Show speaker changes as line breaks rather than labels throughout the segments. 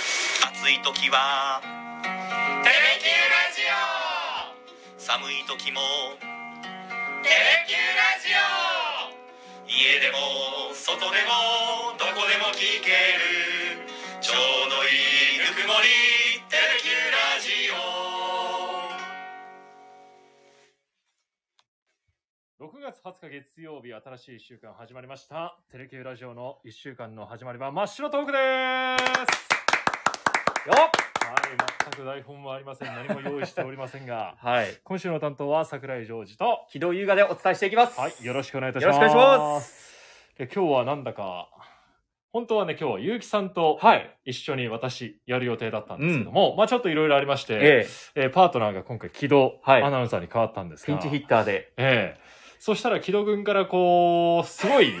暑い時は
テレキューラジオ
寒い時も
テレキューラジオ
家でも外でもどこでも聞けるちょうどいいぬくもりテレキューラジオ
6月20日月曜日、新しい1週間始まりました。テレキューラジオの1週間の始まりは真っ白トークですよっはい、全く台本もありません。何も用意しておりませんが、
はい。
今週の担当は桜井ジョージと、
軌道優雅でお伝えしていきます。
はい、よろしくお願いいたし
よろし
ます。
くお願いします。
で今日はなんだか、本当はね、今日は結城さんと
はい。
一緒に私やる予定だったんですけども、まあちょっといろいろありまして、
ええ。
えーパートナーが今回、木戸
はい
アナウンサーに変わったんです
ピ
が、
ンチヒッターで。
ええそしたら木戸君からこう、すご い、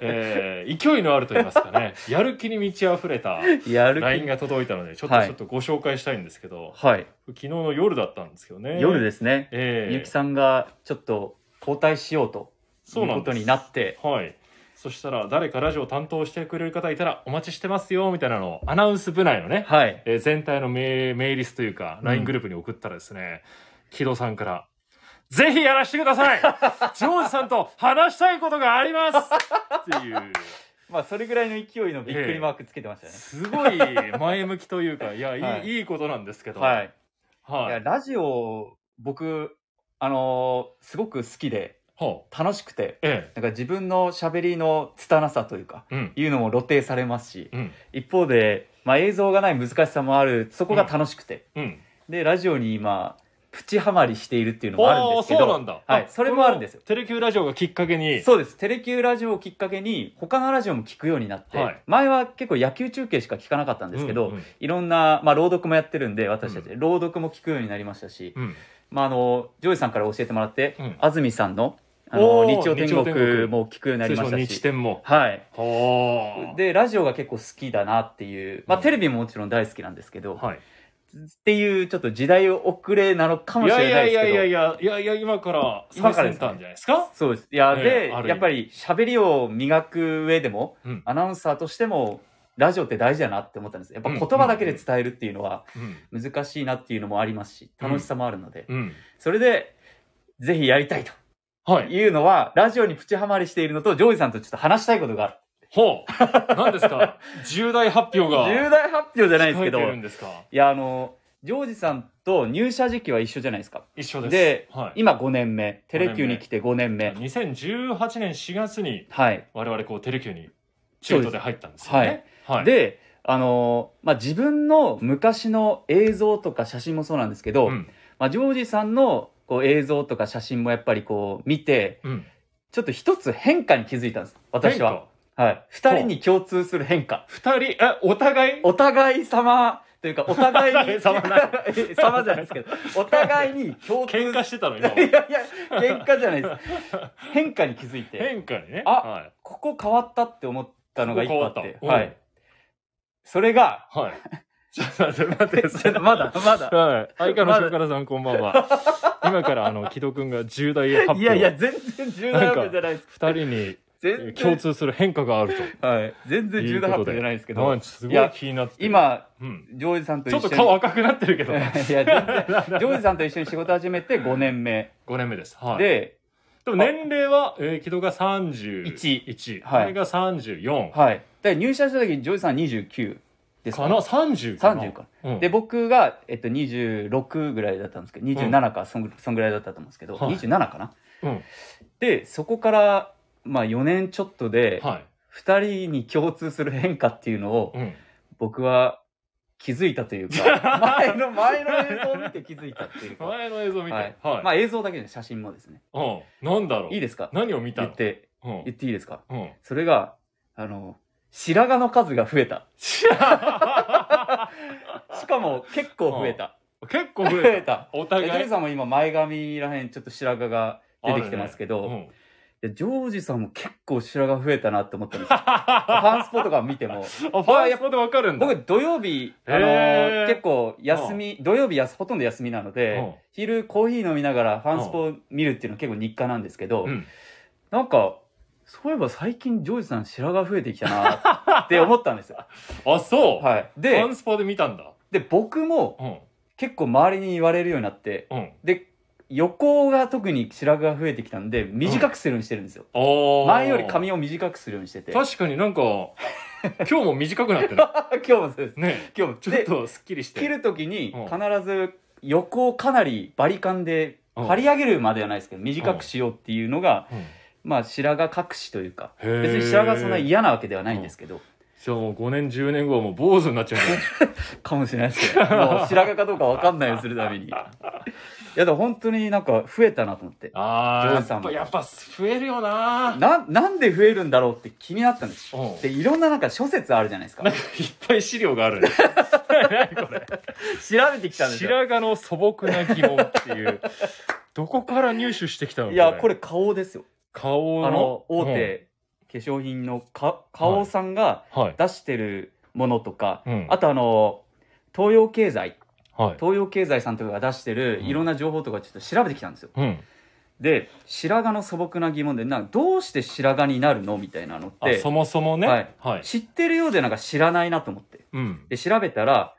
ええ勢いのあると言いますかね、やる気に満ち溢れた
やる
LINE
気
が届いたので、ちょっと
はい
ちょっとご紹介したいんですけど、
はい。
昨日の夜だったんですけどね。
夜
す。
ですね。
ええ
ゆきさんがちょっと交代しようとい
そううな
こ
ん
と
です
になって、
はい。そしたら、誰かラジオ担当してくれる方いたらお待ちしてますよ、みたいなのをアナウンス部内のね、
はい。
えー全体のメーメールリストというか、
うん
LINE グループに送ったらですね、木戸さんから、ぜひやらせてく ださいジョージさんと話したいことがありますっていう、
まあ、それぐらいの勢いのびっくりマークつけてましたね。
す ごい前向きというか、いや、いい、
はい
い、いことなんですけど、
はい。い
はい。
や、ラジオ、僕、あのーすごく好きで、
ほう
楽しくて、
え
なんか自分の喋りの拙さというか、
え。うん。
いうのも露呈されますし、
うん。
一方で、まあ、映像がない難しさもある、そこが楽しくて、
うん。
でラジオに今プチハマりしているっていうのもあるんですけ
あー
ど
そうなんだ。
はい、それもあるんですよ
このテレキューラジオがきっかけに、
そうですテレキューラジオをきっかけに他のラジオも聞くようになって、
はい
前は結構野球中継しか聞かなかったんですけど、
うんうん
いろんな、まあ、朗読もやってるんで私たち、朗読も聞くようになりましたし、
うん。
まあ、あのジョージさんから教えてもらって、
うん
安住さんのあの
おー
日曜天
日曜天国
国も聞くようになりました
通称日
し、
天も。
はい、
ほう。
でラジオが結構好きだなっていう、まあ、
うん
テレビももちろん大好きなんですけど、
はい。
っていうちょっと時代遅れなのかも
い
しれ
やい
な
や
いです
い
け
や
ど
いやいや、いやいや、今から、
今
今
か
から
で
らです
ね
すかじゃないですか
そうです。いや、
ええ
で、
ある意味
やっぱり喋りを磨く上でも、
うん。
アナウンサーとしても、ラジオって大事だなって思ったんです。やっぱ言葉だけで伝えるっていうのは
うん。
難しいなっていうのもありますし、
うん
楽しさもあるので、
うん。
それで、ぜひやりたいと
はい。
いうのは、ラジオにプチハマりしているのと、ジョージさんとちょっと話したいことがある。
ほう。何です か重大発表が。
重大発表じゃないですけど、
控えてる
い
んですか
や、あの、ジョージさんと入社時期は一緒じゃないですか。
一緒です。
で
はい。
今5年目、テレキューに来て5年目。
2018年4月に、
はい。
我々こう、テレキューに、中途で入ったんですよね。はい。
で、あのーまあ、自分の昔の映像とか写真もそうなんですけど、
うん、
まあ、ジョージさんのこう映像とか写真もやっぱりこう見て、
うん。
ちょっと一つ変化に気づいたんです。私は。はい。二人に共通する変化。
変化。二人、え、お互い
お互い様というか、お互いに
お互い 様な
え 様じゃないですけど、お互いに共通。
喧嘩して たの、今。
いやいや、喧嘩じゃないです。変化に気づいて、
変化にね。
あ
はい
ここ変わったって思ったのが一個あっ
ここ
て、
変わ
は
った
い。それ が、
はい。ちょっと待って、待ってくだ
ち
さ
ょ
い
っとまだ、 まだ。
はい。相川の塩辛さん、こんば んは。今から、あの、木戸くんが重大発表。
いやいや、全然重大発表じゃないです。
二人にえ
全
共
然、
通する変化があると。
はい、全然重大発表じゃないですけ
な
ど
んか、すご
いや
い気になってる、
今、
うん、
ジョージさんと一
ち
緒
ょっ
に。
と顔赤くなってるけ ど
い、や、全然、ジョージさんと一緒に仕事始めて5年目。
5年目です。はい。で、
で、
も年齢は、えー、木戸が31。1。
はい
俺が34。
はい。で、入社した時にジョージさん29です
かな ?30 かな。
30か。
うん。
で、僕が、えっと、26ぐらいだったんですけど、27か、そんぐそんぐらいだったと思うんですけど、
はい
27かな。
うん。
で、そこから、まあ4年ちょっとで、
はい。
2人に共通する変化っていうのを、
うん。
僕は気づいたというか前の前の映像を見て気づいたっていうか、
前の映像見て。
は
はいい。
まあ映像だけじゃない写真もですね
うん。なんだろう。
いいですか
何を見た
言っ
の
て
うん
言。っていいですか
うん。
それがあの白髪の数が増えたしかも結構増えた
結構増
増え
えた。
た
お
えジョー
互
ジ
い。
さんも今前髪らへんちょっと白髪が出てきてますけ
う
ど、
ん。
いやジョージさんも結構白髪増えたなって思ったんです よファンスポとか見ても
あ、ファーストでわかるんだ。
僕土曜日、あの
へー
結構休み、土曜日やすほとんど休みなので、
うん
昼コーヒー飲みながらファンスポ見るっていうのは結構日課なんですけど、
うん。
なんかそういえば最近ジョージさん白髪増えてきたなって思ったんですよ。
あ、そう。
はい。
ア
で、
ンスポで見たんだ。
で、僕も
うん。
結構周りに言われるようになって、
うん。
で、横が特に白髪が増えてきたんで、短くするようにしてるんですよ。
ああ。
前より髪を短くするようにしてて。
確か になんか、今日も短くなってる。
今日もそうです。
ね。
今日も。
ちょっ
で、
とすっきりして。
切るときに
うん
必ず横をかなりバリカンで
うん
張り上げるまではないですけど、短くしようっていうのが、
うん、
まあ白髪隠しというか、
へー
別に白髪そんな嫌なわけではないんですけど、
じゃあもう5年10年後はもう坊主になっ ちゃうんだよ
かもしれないですけ ど、もう白髪かどうかわかんないようにするために。いや、でも本当になんか増えたなと思って。
あ
ジョ
あ
ージさ
やっ
んも
ぱやっぱ増えるよな
な、なんで増えるんだろうって気になったんです。
うん
で、いろんななんか諸説あるじゃないですか
なん。かいっぱい資料があるね 何 これ
調べてきたんですよ。
白髪の素朴な疑問っていう どこから入手してきたの
いや、これ顔ですよ。
顔
あの、大
うん
手化粧品のか、顔さんが
はい
出してるものとか、
うん
あとあの、東洋経済、
はい
東洋経済さんとかが出してる
うん
いろんな情報とかちょっと調べてきたんですよ。
うん
で、白髪の素朴な疑問で、などうして白髪になるのみたいなのっ
あ
て、
そもそもね
はい
はい
知ってるようでなんか知らないなと思って。
うん
で、調べたら、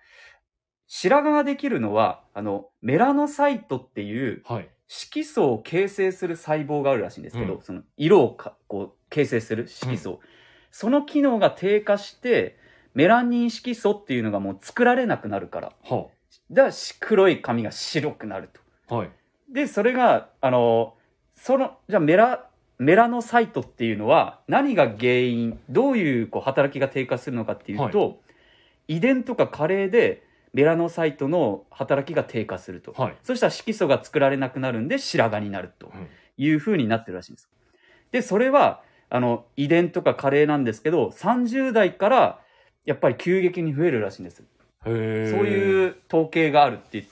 白髪ができるのは、あの、メラノサイトっていう
はい
色素を形成する細胞があるらしいんですけど、
うん
その色をかこう形成する色素、その機能が低下して、メラニン色素っていうのがもう作られなくなるから、
は
だからし黒い髪が白くなると。
あはい
で、それが、あの、その、じゃあメラ、メラノサイトっていうのは何が原因、どういうこう働きが低下するのかっていうと、遺伝とか加齢でメラノサイトの働きが低下すると。
はい
そしたら色素が作られなくなるんで白髪になると
うん
いう風になってるらしいんです。で、それは、あの、遺伝とか加齢なんですけど、30代からやっぱり急激に増えるらしいんです。
へえ
そう
う
いう統計があるって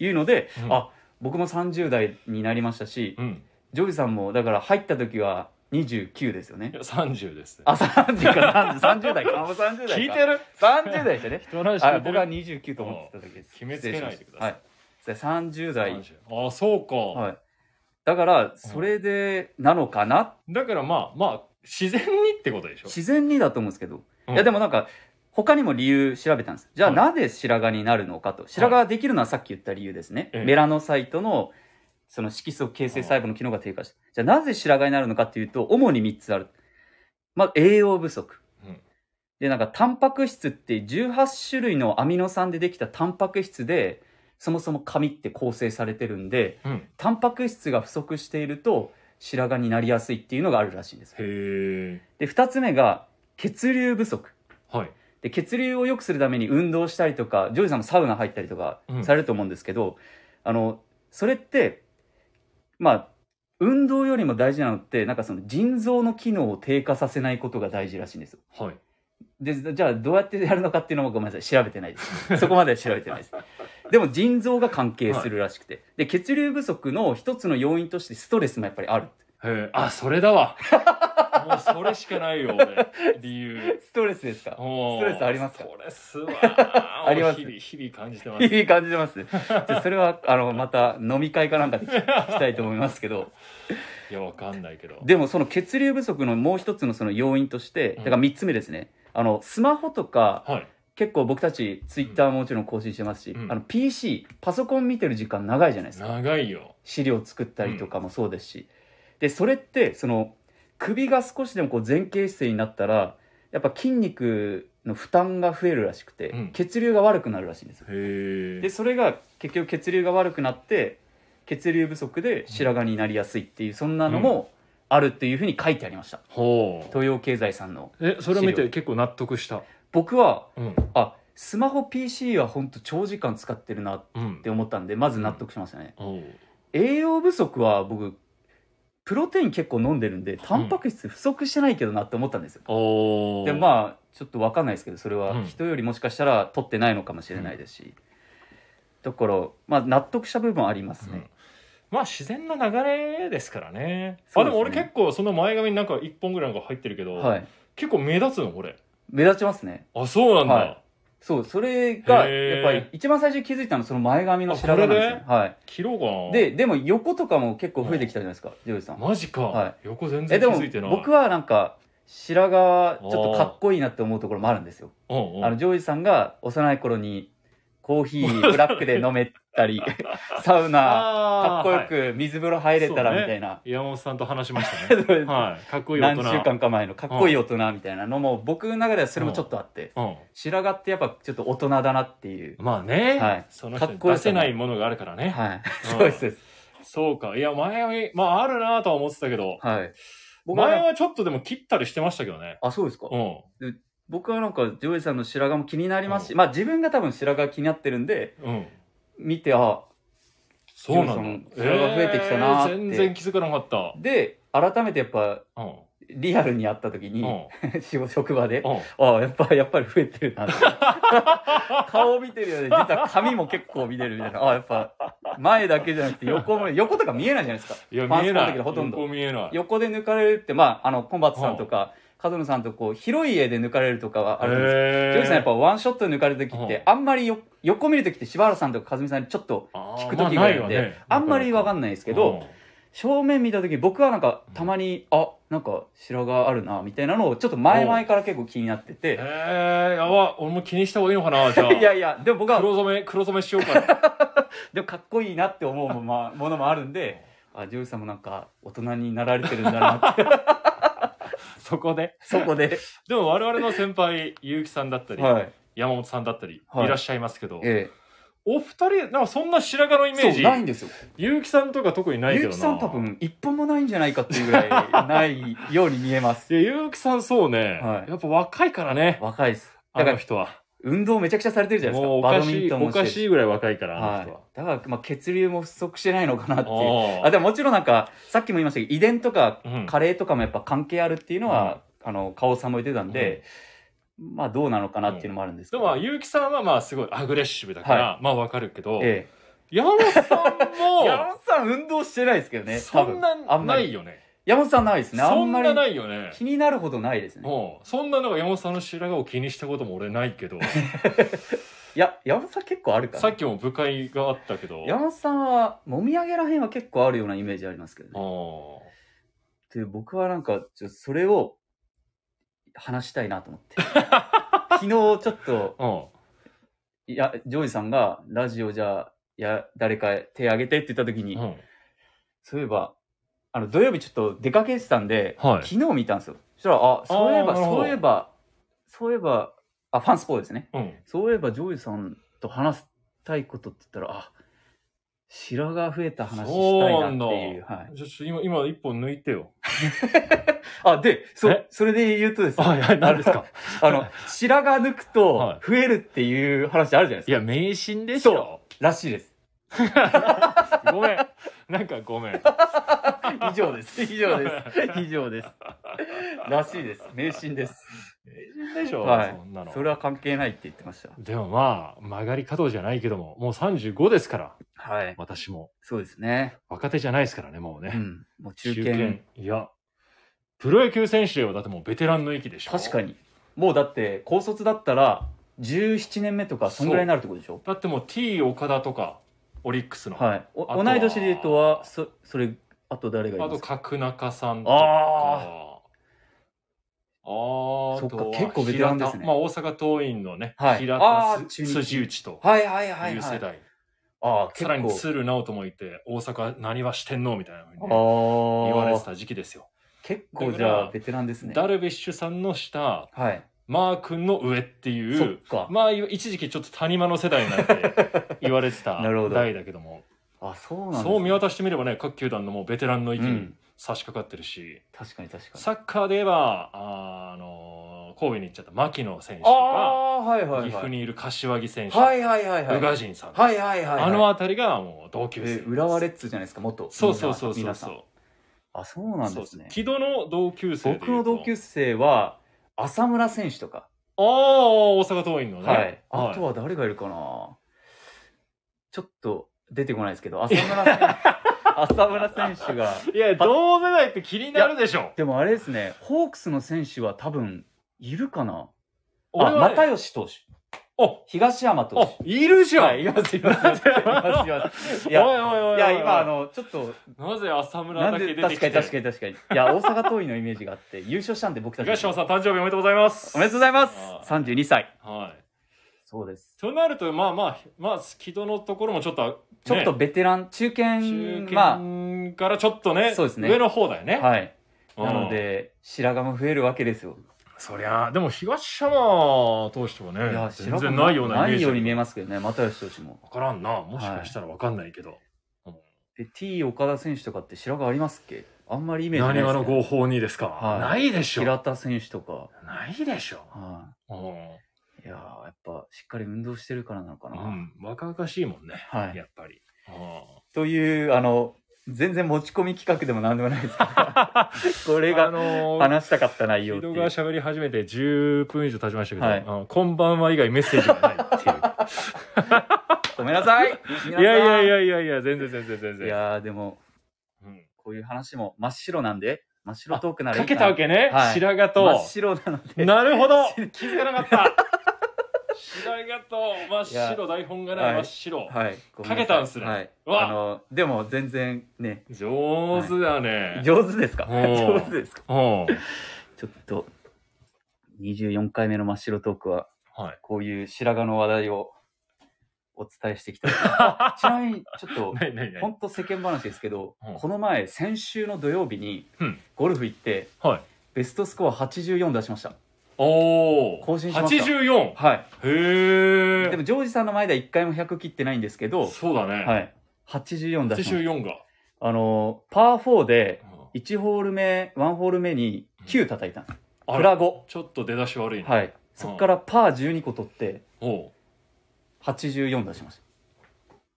いうので、
うん
あ僕も30代になりましたし、
うん
ジョージさんもだから入った時は29ですよね
いや。30です
あ、30か、30代か。あもう30代か。
聞いてる
30代でしたね。
人の話聞い
あ
てる
僕は29と思ってた時です。
決めつけないでください
失礼しましたはい。じゃあ30代。
30あそうか
はい。だから、それでなのかな、
だからまあまあ自然にってことでしょ
自然にだと思うんですけど。
うん
いや、でもなんか、他にも理由調べたんです。じゃあ、
はい
なぜ白髪になるのかと。白髪ができるのはさっき言った理由ですね。
ええ
メラノサイトの、その色素形成細胞の機能が低下した。じゃあ、なぜ白髪になるのかっていうと、主に3つある。まあ、栄養不足。
うん
で、なんか、タンパク質って18種類のアミノ酸でできたタンパク質で、そもそも髪って構成されてるんで、
うん
タンパク質が不足していると、白髪になりやすいっていうのがあるらしいんです。
へえ
で、2つ目が、血流不足。
はい
で血流を良くするために運動したりとかジョージさんもサウナ入ったりとか
うん
されると思うんですけど、あのそれってまあ運動よりも大事なのってなんかその腎臓の機能を低下させないことが大事らしいんですよ。
はい
でじゃあどうやってやるのかっていうのもごめんなさい調べてない ですそこまでは調べてないですでも腎臓が関係するらしくて、で血流不足の一つの要因としてストレスもやっぱりある
へえあそれだわ もうそれしかないよ俺理 由
ストレスですか
おー
ストレスありますか
ストレスは
あります
もう日々日々感じてま
い
す
い感じてますね。じゃあそれは、あの、また飲み会かなんかで聞きたいと思いますけど。
いやわかんないけど
でもその血流不足のもう一つのその要因として、
う
だ
ん
から3つ目ですね。あの、スマホとか、
はい
結構僕たちツイッターももちろん更新してますし、
うん
あの PC、パソコン見てる時間長いじゃないですか。
長いよ
資料作ったりとかもそうですし。で、それって、その、首が少しでもこう前傾姿勢になったら、やっぱ筋肉の負担が増えるらしくて、
うん
血流が悪くなるらしいんですよ
へ
で
え
それが結局血流が悪くなって血流不足で白髪になりやすいっていうそんなのもあるっていうふうに書いてありました
ほう
東洋経済さんの
えそれを見
資
て
料
結構納得した
僕は
うん
あスマホ PC は本当長時間使ってるなっ
うん
て思ったんでまず納得しましたね、
おう
栄養不足は僕プロテイン結構飲んでるんでタンパク質不足してないけどなって思ったんですよ、
おう
でまあちょっと分かんないですけどそれ
う
は
ん
人よりもしかしたら取ってないのかもしれないですし、だからまあ納得した部分はありますね、
うんまあ自然の流れですからね
そ
あ
う
で
です
も
ね
俺結構その前髪になんか1本ぐらいなんか入ってるけど、
はい
結構目立つのこれ
目立ちますね
あそうなんだ、
はいそう、それが、
へ
や
ー
っぱり、一番最初に気づいたのはその前髪の白髪なんです
あこ
よ。はい。
切ろうかな
で、でも横とかも結構増えてきたじゃないですか、ジョージさん。
マジか、
はい
横全
え
然気
でも
づいてない
僕はなんか白髪はちょっとかっこいいなって思うところもあるんですよ
うんうん
あのジョージさんが幼い頃にコーヒーブラックで飲めた りサウナかっ
あー
こよ
は
く水風呂入れたら
そうね
みたいな、
い山本さんと話しましたね
それ
はいかっこいい大
何
人
週間か前のかっこいい大人みたいなのも僕の中ではそれもちょっとあって
うん
白髪ってやっぱちょっと大人だなっていう
まあね、
はい
その人
か
に
っこよ
出
さ
せ
も
ないものがあるからね、
はい
うん
そうですそうです
そうかいや前髪まああるなとは思ってたけど
はい僕は
前はちょっとでも切ったりしてましたけどね
あそうですか
うん
僕はなんかジョージさんの白髪も気になりますし、まあ自分が多分白髪気になってるんで
うん
見てあ
そうな
そ
ん
の
だ
それが増えてきたなーって
全然気づかなかった
で改めてやっぱ
うん
リアルに会った時
う
に、
ん
仕事職場で、
うん
ああやっぱやっぱり増えてるなって 顔を見てるよね実は髪も結構見てるみたいなああやっぱ前だけじゃなくて横も横とか見えないじゃないですか
いや
パン
見え
スポの
な
時
い
でほとんど
横見えない
横で抜かれるってまああのコンバットさんとか角野さんとこう広い絵で抜かれるとかはあるんですけどジョージさんやっぱワンショットで抜かれる時ってあんまりよ横見る時って柴原さんとか和美さんにちょっと聞く時があるんで、あんまりわかんないですけど、正面見た時僕はなんかたまに、あなんか白髪あるなみたいなのをちょっと前々から結構気になって
へ
て、
えやば俺も気にした方がいいのかなじゃ あ
いやいやでも僕は
黒染め黒染めしようかな
でもかっこいいなって思うも,、ま、も のもあるんであジョージさんもなんか大人になられてるんだな って
そこで
そこで、
でも我々の先輩結城さんだったり、
はい
山本さんだったり、
はい
い、らっしゃいますけど、
え
お二人なんかそんな白髪のイ
え、
メー
そうないん
ジ
ですよ
結城さんとか特にないけど
結
な
城さん多分一本もないんじゃないかっていうぐらいないように見えます
で結城さんそうね、
はい
やっぱ若いからね
若いです
あ
だか
の
ら
人は
運動めちゃくちゃされてるじゃないです
もう
か
お
バ
か
ドミ
し
ン
い
トンも
お
して
か
る
しいぐらい若いからあの
は、
人はい
だから、まあ、血流も不足してないのかなっていう
あ
あ
あ
でももちろんなんかさっきも言いましたけど遺伝とか
うん
加齢とかもやっぱ関係あるっていうのは、あの顔さんも言ってたんで、まあどうなのかなっていうのもあるんですけ
で
ど、
もまあ結城さんはまあすごいアグレッシブだから、まあわかるけど、
え
山本さん
え、
も
山本さん運動してないですけど ね
そんな
多分あんま
な
り
いよね
山本さんないですねあ
そ
ん
ん
ま
な
り
ないよね
気になるほどないですね
うんそんなのが山本さんの白髪を気にしたことも俺ない けど
いや山本さん結構あるから
さっ
ね
きも部会があったけど
山本さんはもみあげらへんは結構あるようなイメージありますけど
う
ね
ん
っていう僕はなんかちょっとそれを話したいなと思って 昨日ちょっと
うん
いや、ジョージさんが、ラジオじゃあ、いや、誰か手挙げてって言った時に、
うん
そういえば、あの、土曜日ちょっと出かけてたんで、
はい
昨日見たんですよ。そしたら、あ、そういえば、
なるほど
そういえば、そういえば、あ、ファンスポーですね。
うん
そういえば、ジョージさんと話したいことって言ったら、あ、白髪増えた話したいなっていう。
そう
はい、
じゃあちょっと今今一本抜いてよ
あ、で、そ
え、
それで言うとですね、
はいはい何ですか
あの、白髪抜くと
は
増えるっていう話あるじゃないですか。
や迷信で
そうらしいです。
ごめんなんかごめん
以上です。以上 です。以上です。らしいです。迷信です。
でしょ、
はい
そんなの
それは関係ないって言ってました。
でもまあ曲がり角じゃないけどももう35ですから
はい。
私も
そうですね。
若手じゃないですからねもうね、
うん。もう中堅。
堅いやプロ野球選手ではだってもうベテランの域でしょ
確かに。もうだって、高卒だったら、17年目とか、そんぐらいになるってことでしょ
だってもう T 岡田とかオリックスの、
はい。お
あとは
同い年で言うとは、そそれ、あと誰がい
あ
ま
と
すか
角中さんとか
あ
あーあとは
そっか結構ベテランですね
平田まあ、大阪桐蔭のね、
はい
平
あ
田
ー
す辻内と
はいはい
い
は
う世
い、は
代、
い。ああ、
さ
結
らに
構。
鶴直人もいて大阪何はしてんのみたいなふうにね、言われ
あ
て
あ。
た時期ですよ、
結構
だ
じ
から
ゃあ、ベテランですね。
ダルビッシュさんの下
はい。
マー君の上ってい
そっ
う
か。
まあ一時期ちょっと谷間の世代な んて言われてた
なるほど
代だけども
あ、そうなんです、ね、
そう見渡してみればね各球団のもうベテランの域
う
に
ん
差し掛かってるし、
確かに確かに。
サッカーで言えばあー、あのー神戸に行っちゃった牧野選手
あ
とか
あ、はいはいはい。
岐阜にいる柏木選手、
はいはいはいはい。
宇賀神さん、
はいはいはい、はい。
あの辺りがもう同級生
えー浦和レッズじゃないですか、元。
そうそうそうそう
皆さ
そ
ん
う
あ、そうなん
そう
ですね。
木戸の同級生で
僕の同級生
生
は、浅村選手とか。
ああ大阪桐蔭のね、
はい。あと
は
は誰がいるかな、ちょっと出てこないですけ ど、浅村選手。浅村選手が。
い、いや同世代って気になるでしょ
でもあれですね、ホークスの選手は多分、いるかな
俺
あ、
はね
又吉投手。
お
東山投
あ
手、
いるじゃん、
はい、いますいますいますいますい
お
や
いおいおいお
い
い
や今あのちょっと
なぜ浅村
な
だ
ん
け出
で
てきて
確かに確かに確かにいや大阪桐蔭のイメージがあって優勝したんで僕たち
東山さん誕生日おめでとうございます
おめでとうございます
ああ
32歳
はい
そうです
となるとまあまあまあ木戸のところもちょっと、ね、
ちょっとベテラン中堅
中
ま
堅からちょっとね,、
そうですね
上の方だよね、
あはい
うん
なので白髪も増えるわけですよ
そりゃあでも東山投手とはね
いや
全
白
然
髪
ないようなイメー
ない
ジ
ように見え
分
ますけどね又吉投手も
からんなもしかしたら分かんないけど、
で T 岡田選手とかって白髪ありますっけあんまりイメージない
何
です
話
けど
の合法にですか、
はい
ないでしょ
平田選手とか
ないでしょ、
は
うん
いいやーやっぱしっかり運動してるからなのかな、
うん、若々しいもんね、
はい
やっぱり。うん
というあの全然持ち込み企画でも何でもないですけ どこれ
あ
が
のー、
話したかった内容
木
って
戸
いう
が喋り始めて10分以上経ちましたけど、
はい
あのこんばんは以外メッセージが ないっていう。
ごめんなさい
いやいやい
や
やいやいや、全然全然全然。
いやーでも
うん
こういう話も真っ白なんで真っ白トークならい
か
い
け
な
たわけね、
はい
白髪
真
と
っ。白なので
なる ほど気づかなかった 白髪と真っ白、台本がない真っ白。
はいごめなさい
かけたんすね
はい、
わ
あのでも全然ね
上手だね。
上手ですか
おー
上手ですか
うん
ちょっと24回目の真っ白トークは
はい。
こういう白髪の話題をお伝えして きたいなちなみにちょっと
ないないない。
本当世間話ですけど、
うん
この前先週の土曜日に
うん
ゴルフ行って
はい。
ベストスコア84出しました
おお。
更新しました
84。
はい
へえ。
でもジョージさんの前では1回も100切ってないんですけど、
そうだね。
はい、84出しました
84が。
あのパー4で1ホール目1ホール目に9叩いたんです
あ
プ
ら
ラ5
ちょっと出だし悪いね。
はいそこからパー12個取って
おう
84出しまし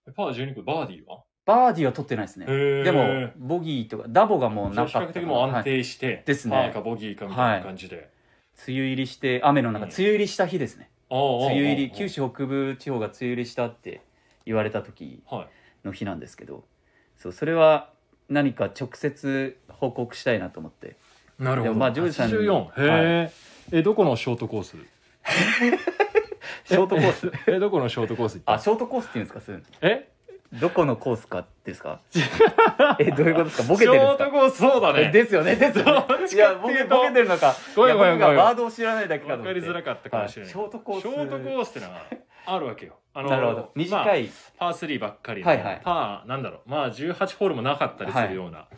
た
パー12個、バーディーは
バーディーは取ってないですね
へー
でもボギーとかダボがもう
じゃ
な
あ
かっ
比
たから
較的もう安
はい
定して、
ですね
パーかボギーかみたいな感じで。
梅雨入りして雨の中、
うん
梅雨入りした日ですね
おうおうおう
梅雨入り九州北部地方が梅雨入りしたって言われた時
はい。
の日なんですけどそうそれは何か直接報告したいなと思って
なるほ
で
ど。
もまあジョージさんに
84。へえ。え、どこのショートコース
ショートコース
え、えどこのショートコース行った
あショートコースっていうんですかそういう
え
のどこのコースかです かえどういうことですかボケ
シ
てるんです
ョー
か
トコース、そうだ
え
ね。
ですよねですよ
どっ
ね
ち
い
か
や
っ
ボ
てい
ケ
うと
ボケてるのか
ごめんごめん
いや僕
ごめん
がワードを知らないだけかと
わ
思
か
って
りづらかったかもしれない。
はいショートコース
ショートコースってのは、あるわけよ。あの
なるほど
まあ
短い、
パー3ばっかりの、
はいはい
パーなんだろうまあ18ホールもなかったりするような、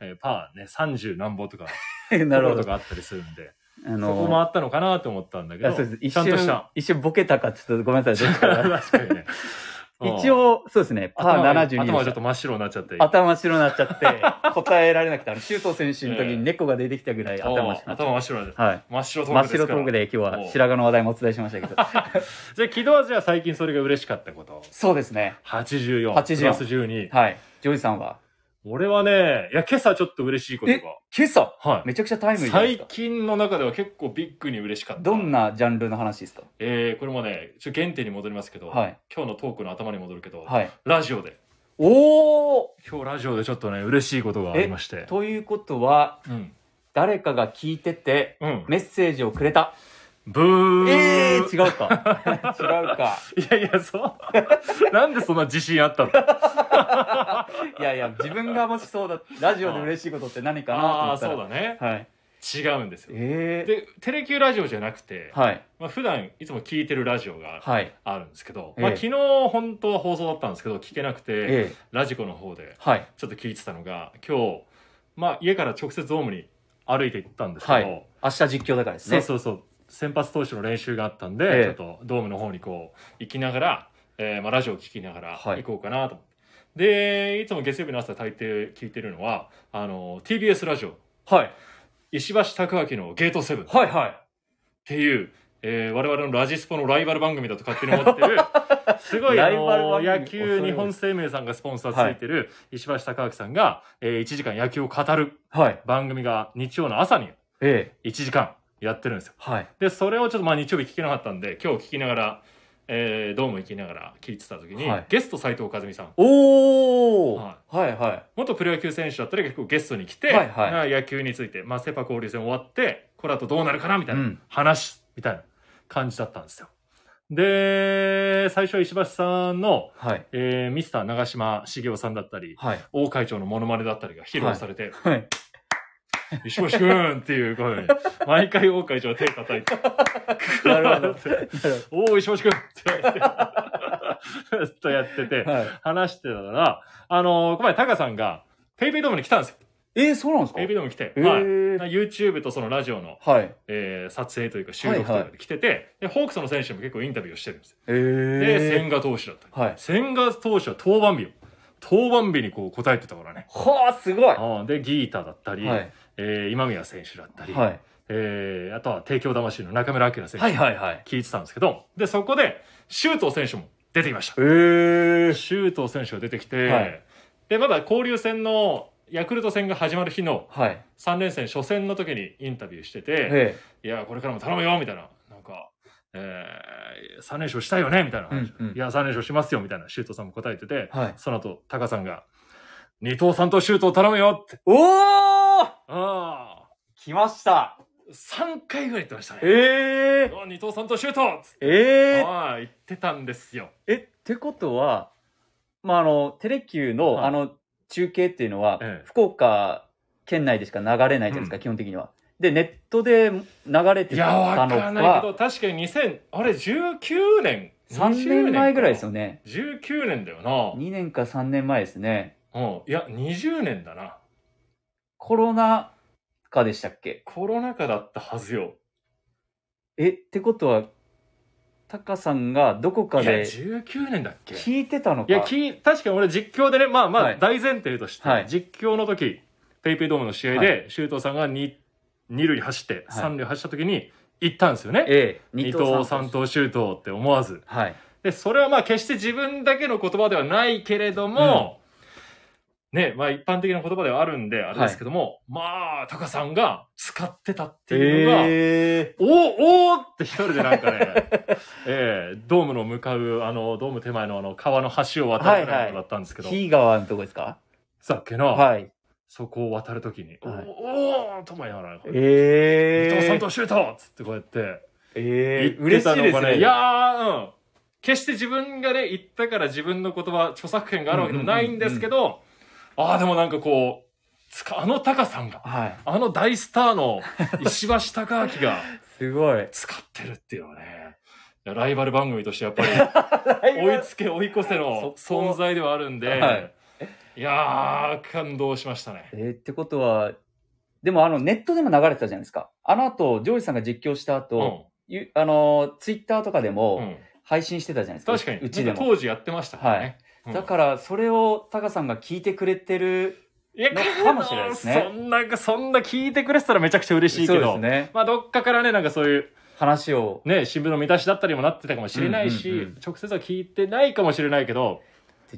えーパーね30何本とか
なるほ
ところと
ど
かあったりするんで、
あ
そこもあったのかなと思ったんだけ
いや
ど
そうです
ち
一
ゃんとし
瞬
た
一瞬ボケたかちょっとごめんなさいどっち から
確かにね
一応そうですね
うん
パー
頭
72
頭
で
は
し
ちょ
た
っと真っ白になっちゃって
頭真っ白になっちゃ って答えられなくてあの周東選手の時
ええ
に猫が出てきたぐらい頭真っ白になっち
頭
ゃ
真
っ
っ白で
て、はい、
真っ白ト
真っ
ークです
白
か
ト
ら
ークで今日
お
は
う
白髪の話題もお伝えしましたけど
じゃあ木戸はじゃあ最近それが嬉しかったこと
そうですね
84
84
プラス12
はいジョージさんは
俺はねいや今朝ちょっと嬉しいこと
え今朝
がはい
めちゃくちゃタイムリーじゃないです
最
か
近の中では結構ビッグに嬉しかった
どんなジャンルの話ですか
えー、これもねちょっと原点に戻りますけど、
はい
今日のトークの頭に戻るけど、
はい
ラジオで
おお
今日ラジオでちょっとね嬉しいことがありまして
ということは
うん、
誰かが聞いてて
うん、
メッセージをくれた
ブー、
ええ ー、違うか 違うか
いやいやそう なんでそんな自信あったの
いやいや自分がもしそうだラジオで嬉しいことって何かなと
あ
思
あ
ったら
そうだね
はい
違うんですよ
ええ
でテレキューラジオじゃなくて、
はい
まあ普段いつも聞いてるラジオが
はい
あるんですけど、
ええ
まあ、昨日本当は放送だったんですけど聞けなくて、
ええ
ラジコの方で
はい
ちょっと聞いてたのが今日、まあ、家から直接ドームに歩いて行ったんですけど、
はい明日実況だからです
そう
ね
そうそう先発投手の練習があったんで、
ええ
ちょっとドームの方にこう行きながら、えーまあ、ラジオを聞きながら
はい
行こうかなと思って、でいつも月曜日の朝大抵聞いてるのはあの TBS ラジオ
はい
石橋貴明の「ゲートセブンっ
はいはい
ていう、えー我々のラジスポのライバル番組だと勝手に思って るすごい
ラ
あ
イバル
の
番組
野球日本生命さんがスポンサーついてる石橋貴明さんが、え1時間野球を語る
はい
番組が日曜の朝に
ええ
1時間やってるんですよ。
はい
でそれをちょっとまあ日曜日聞けなかったんで今日聞きながら、えー、ドーム行きながら聞いてた時に、
はい
ゲスト斉藤和美さん
おお、
は
はい、はい
元プロ野球選手だったら結構ゲストに来て、
はいはい
まあ野球について、まあ、セ・パ交流戦終わってこれあとどうなるかなみたいな
うん
話、みたいな感じだったんですよ。で、最初は石橋さんの、
はい。
えーミスター長嶋茂雄さんだったり、
はい。
王会長のモノマネだったりが披露されて、
はい。
石橋くんっていう声に、毎回王会長は手叩いて、
な るほど。
おー、石橋くんってやって、ずっとやってて、
はい。
話してたら、あのーこの前タカさんが、ペイペイドームに来たんですよ。
えー、そうなんですか
ペイペイドームに来て、
え
はい。
ー、
YouTube とそのラジオの、
はい。
えー撮影というか収録と
は
か
いは
で来てて、で、ホークスの選手も結構インタビューをしてるんですよ。
え
で、千
ー。
賀投手だったり。
はい。
千賀投手は登板日を、登板日にこう答えてたからね。
はあ、すごい。は
あーで、ギータだったり、
い。はい。
えー今宮選手だったり、
はい
えーあとは帝京魂の中村晃選手、
はいはい。
聞いてたんですけど、で、そこで、周東選手も出てきました
え。ー。
周東選手が出てきて、
はい
で、まだ交流戦の、ヤクルト戦が始まる日の
はい。
3連戦初戦の時にインタビューしてて、
え
いや、これからも頼むよ、みたいな、なんか、え3連勝したいよね、みたいな話、
うんうん
いや、3連勝しますよ、みたいな、周東さんも答えてて、
ー。はい。
その後、タカさんが、二刀さんと周東頼むよって、
おー
ああ、
来ました。
3回ぐらい言ってましたね。
えー。
お二刀さんとシュートつって
えー。
はい、言ってたんですよ。
え、ってことは、まあ、あの、テレキューの、
はい
あの、中継っていうのは、
ええ
福岡県内でしか流れないじゃないですか、
う
基本的には。で、ネットで流れて
いや、
た
わ
の
かんないけ
か
ど、確かに2000、あれ、19年
3年前ぐらいですよ
ね。
ね。
19年だよ
2年か3年前ですね。
な。うん。いや、20年だな。
コロナ禍でしたっけ
コロナ禍だったはずよ。
え、ってことは、タカさんがどこ
いや、
かで
19年だっけい
聞いてたのか。
や、き確かに俺実況でね、まあま
は
あ
い
大前提として、
はい
実況の時、ペイペイドームの試合で、周東さんが 2, 二塁走って、
はい
三塁走った時に行ったんですよね。
ええ、
二刀三。刀周東って思わず。
はい。
で、それはまあ決して自分だけの言葉ではないけれども、ね、まあ一般的な言葉ではあるんで、あれですけども、まあ、タカさんが使ってたっていうのが、
え
おおーって一人でなんかね、 ええドームの向かう、あの、ドーム手前のあの、川の橋を渡るぐらいのとこだったんですけ
ー、
ど、
ヒー川のとこですか
さっきの、
はい。
そこを渡るときに、
はい
おおーとも言いながら、伊
ええ
藤さんとシュートっつってこうやって、
ええ
言って
嬉
た
しい
の
で
が
すね。
いやー、うん。決して自分がね、言ったから自分の言葉、著作権があるわけでもないんですけど、ああ、でもなんかこう、つか、あの高さんが、
はい。
あの大スターの石橋貴明が
すごい。
使ってるっていうのはね、いやライバル番組としてやっぱり追いつけ追い越せの
そこ
存在ではあるんで、
はい
い、やー、感動しましたね
え。ーってことは、でもあの、ネットでも流れてたじゃないですか。あの後、ジョージさんが実況した
う
後、
ん。
ゆあの、ツイッターとかで
う
も
ん、
配信してたじゃないですか。
確かに、
うちで
なんか
も。
当時やってましたからね。うん
だから、それをタカさんが聞いてくれてる。
いや、
のかもしれないですね
そんな、そんな聞いてくれてたらめちゃくちゃ嬉しいけど。
ね。
まあ、どっかからね、なんかそういう、
話を。
ね、新聞の見出しだったりもなってたかもしれないし、
うんうんうん
直接は聞いてないかもしれないけど、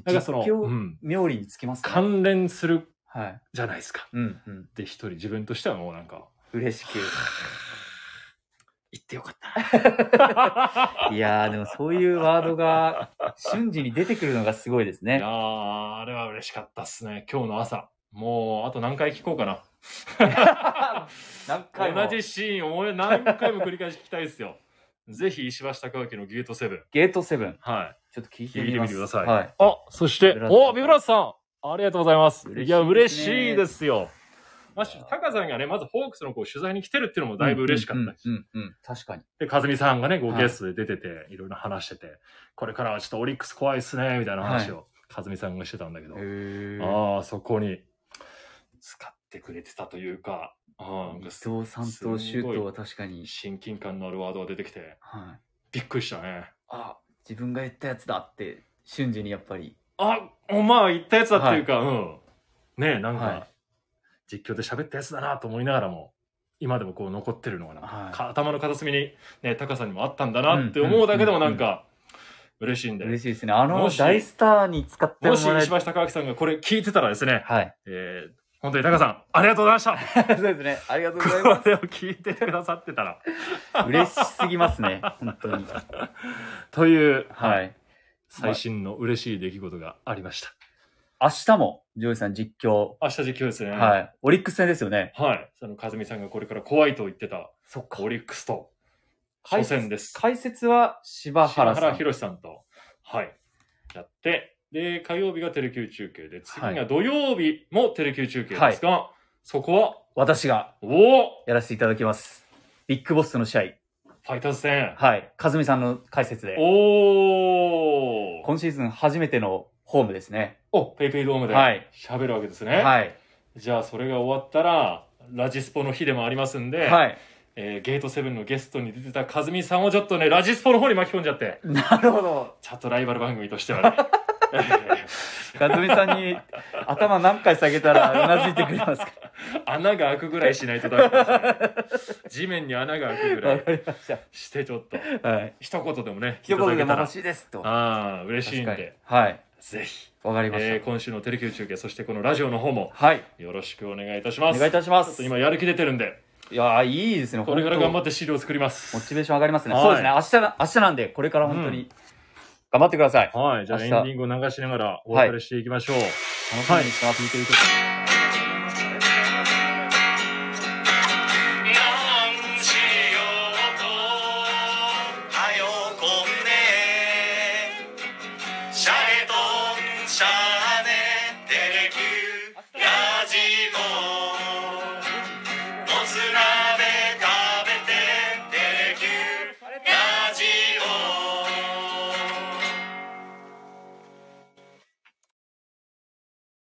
なんかその、
実
う
況、
ん
妙利につきますね。
関連する
はい。
じゃないですか。
うんうん。
で、一人自分としてはもうなんか、
嬉しく。
言ってよかっ
いやー、でもそういうワードが瞬時に出てくるのがすごいです
た。い
ね
や。ー、あれは嬉しかったっすね。今日の朝。もう、あと何回聞こうかな。
何回も
同じシーンを俺何回も繰り返し聞きたいですよ。ぜひ、石橋貴明のゲートセブン。
ゲートセブン。
はい。
ちょっと聞いて
聞い
み
て
ま
み
す。
てください。
はい。
あ、そして
ビブラ、ート
お、ビブラートさん、ありがとうございます。
嬉しいですね
いや、嬉しいですよ。まあ、し高さんがね、まずホークスのこう取材に来てるっていうのもだいぶ嬉しかったし、
うんうんうんうん確かに。
で、和美さんがね、こう
はい
ゲストで出てて、いろいろ話してて、これからはちょっとオリックス怖いっすね、みたいな話を和美さんがしてたんだけど、
へ
ああ、そこに使ってくれてたというか、あーなんかす
伊藤さんとシュートは確かに、
親近感のあるワードが出てきて、
はい、
びっくりしたね。
あ自分が言ったやつだって瞬時にやっぱり
あ、おまあ言ったやつだっていうか、うん。ねえ、なんか、
はい
実況で喋ったやつだなと思いながらも、今でもこう残ってるのがなんか、
はい
か頭の片隅に、ね、高さんにもあったんだなって思うだけでもなんか、嬉しいんで。
嬉しいですねあの
もし
大スターに使っても
もし
らえ
石橋貴明さんがこれ聞いてたらですね、
はい
えー、本当に高さん、ありがとうございました
そうですねありがとうございま
これを聞いててくださってたら。
す 嬉しすぎますね本当に
という、
はい
最新の嬉しい出来事がありました。
明日もジョージさん実況、
明日実況ですね。。
はいいオリックス戦ですよね
はい。その、和美さんがこれから怖いと言ってた、
そっ
オリックスと、初戦です。
解説は柴
柴
原さ
原
ん。
博さんと、はい、やって、で、火曜日がテレキュー中継で、次
は
が
い
土曜日もテレキュー中継ですが、そこは、
私が
おお
やらせていただきます。ビッグボスとの試合。
ファイターズ戦。
はい。和美さんの解説で。
おー
今シーズン初めてのホームですね。
おペイペイドームで
はい
喋るわけですね。
はい。
じゃあ、それが終わったら、ラジスポの日でもありますんで、
はい。
えーゲートセブンのゲストに出てた和美さんをちょっとね、ラジスポの方に巻き込んじゃって、
なるほど。
ちょっとライバル番組とし てはね。えー
和美さんに頭何回下げたらうなずいてくれ ますか
穴が開くぐらいしないとダメかもしれない地面に穴が開くぐら
わ
い
かりまし
してちょっと、
た。はい。
一言でもね、
一言でも
いただ
欲
け
しいですと。
たら、ああ、嬉しいん
確かに
で、
はい。
ぜひ、
わかりました。
えー今週のテレキュー中継、そしてこのラジオの方も、
はい。
よろしくお願いいたしま
お
す。
願いいたしま
ちょっ
す。
と
い
今やる気出てるんで、
やー、いいですね。
これから頑張
っ
って資料作りま
モ
す。
チベーション上がりますね。
はい
そうですね。明日な、明日なんで、これから本当に頑張ってください。
はい、じゃあエ
明
ン
日
ディングを流しながらお別れしていきましょう。
楽しみにしてます。見てる人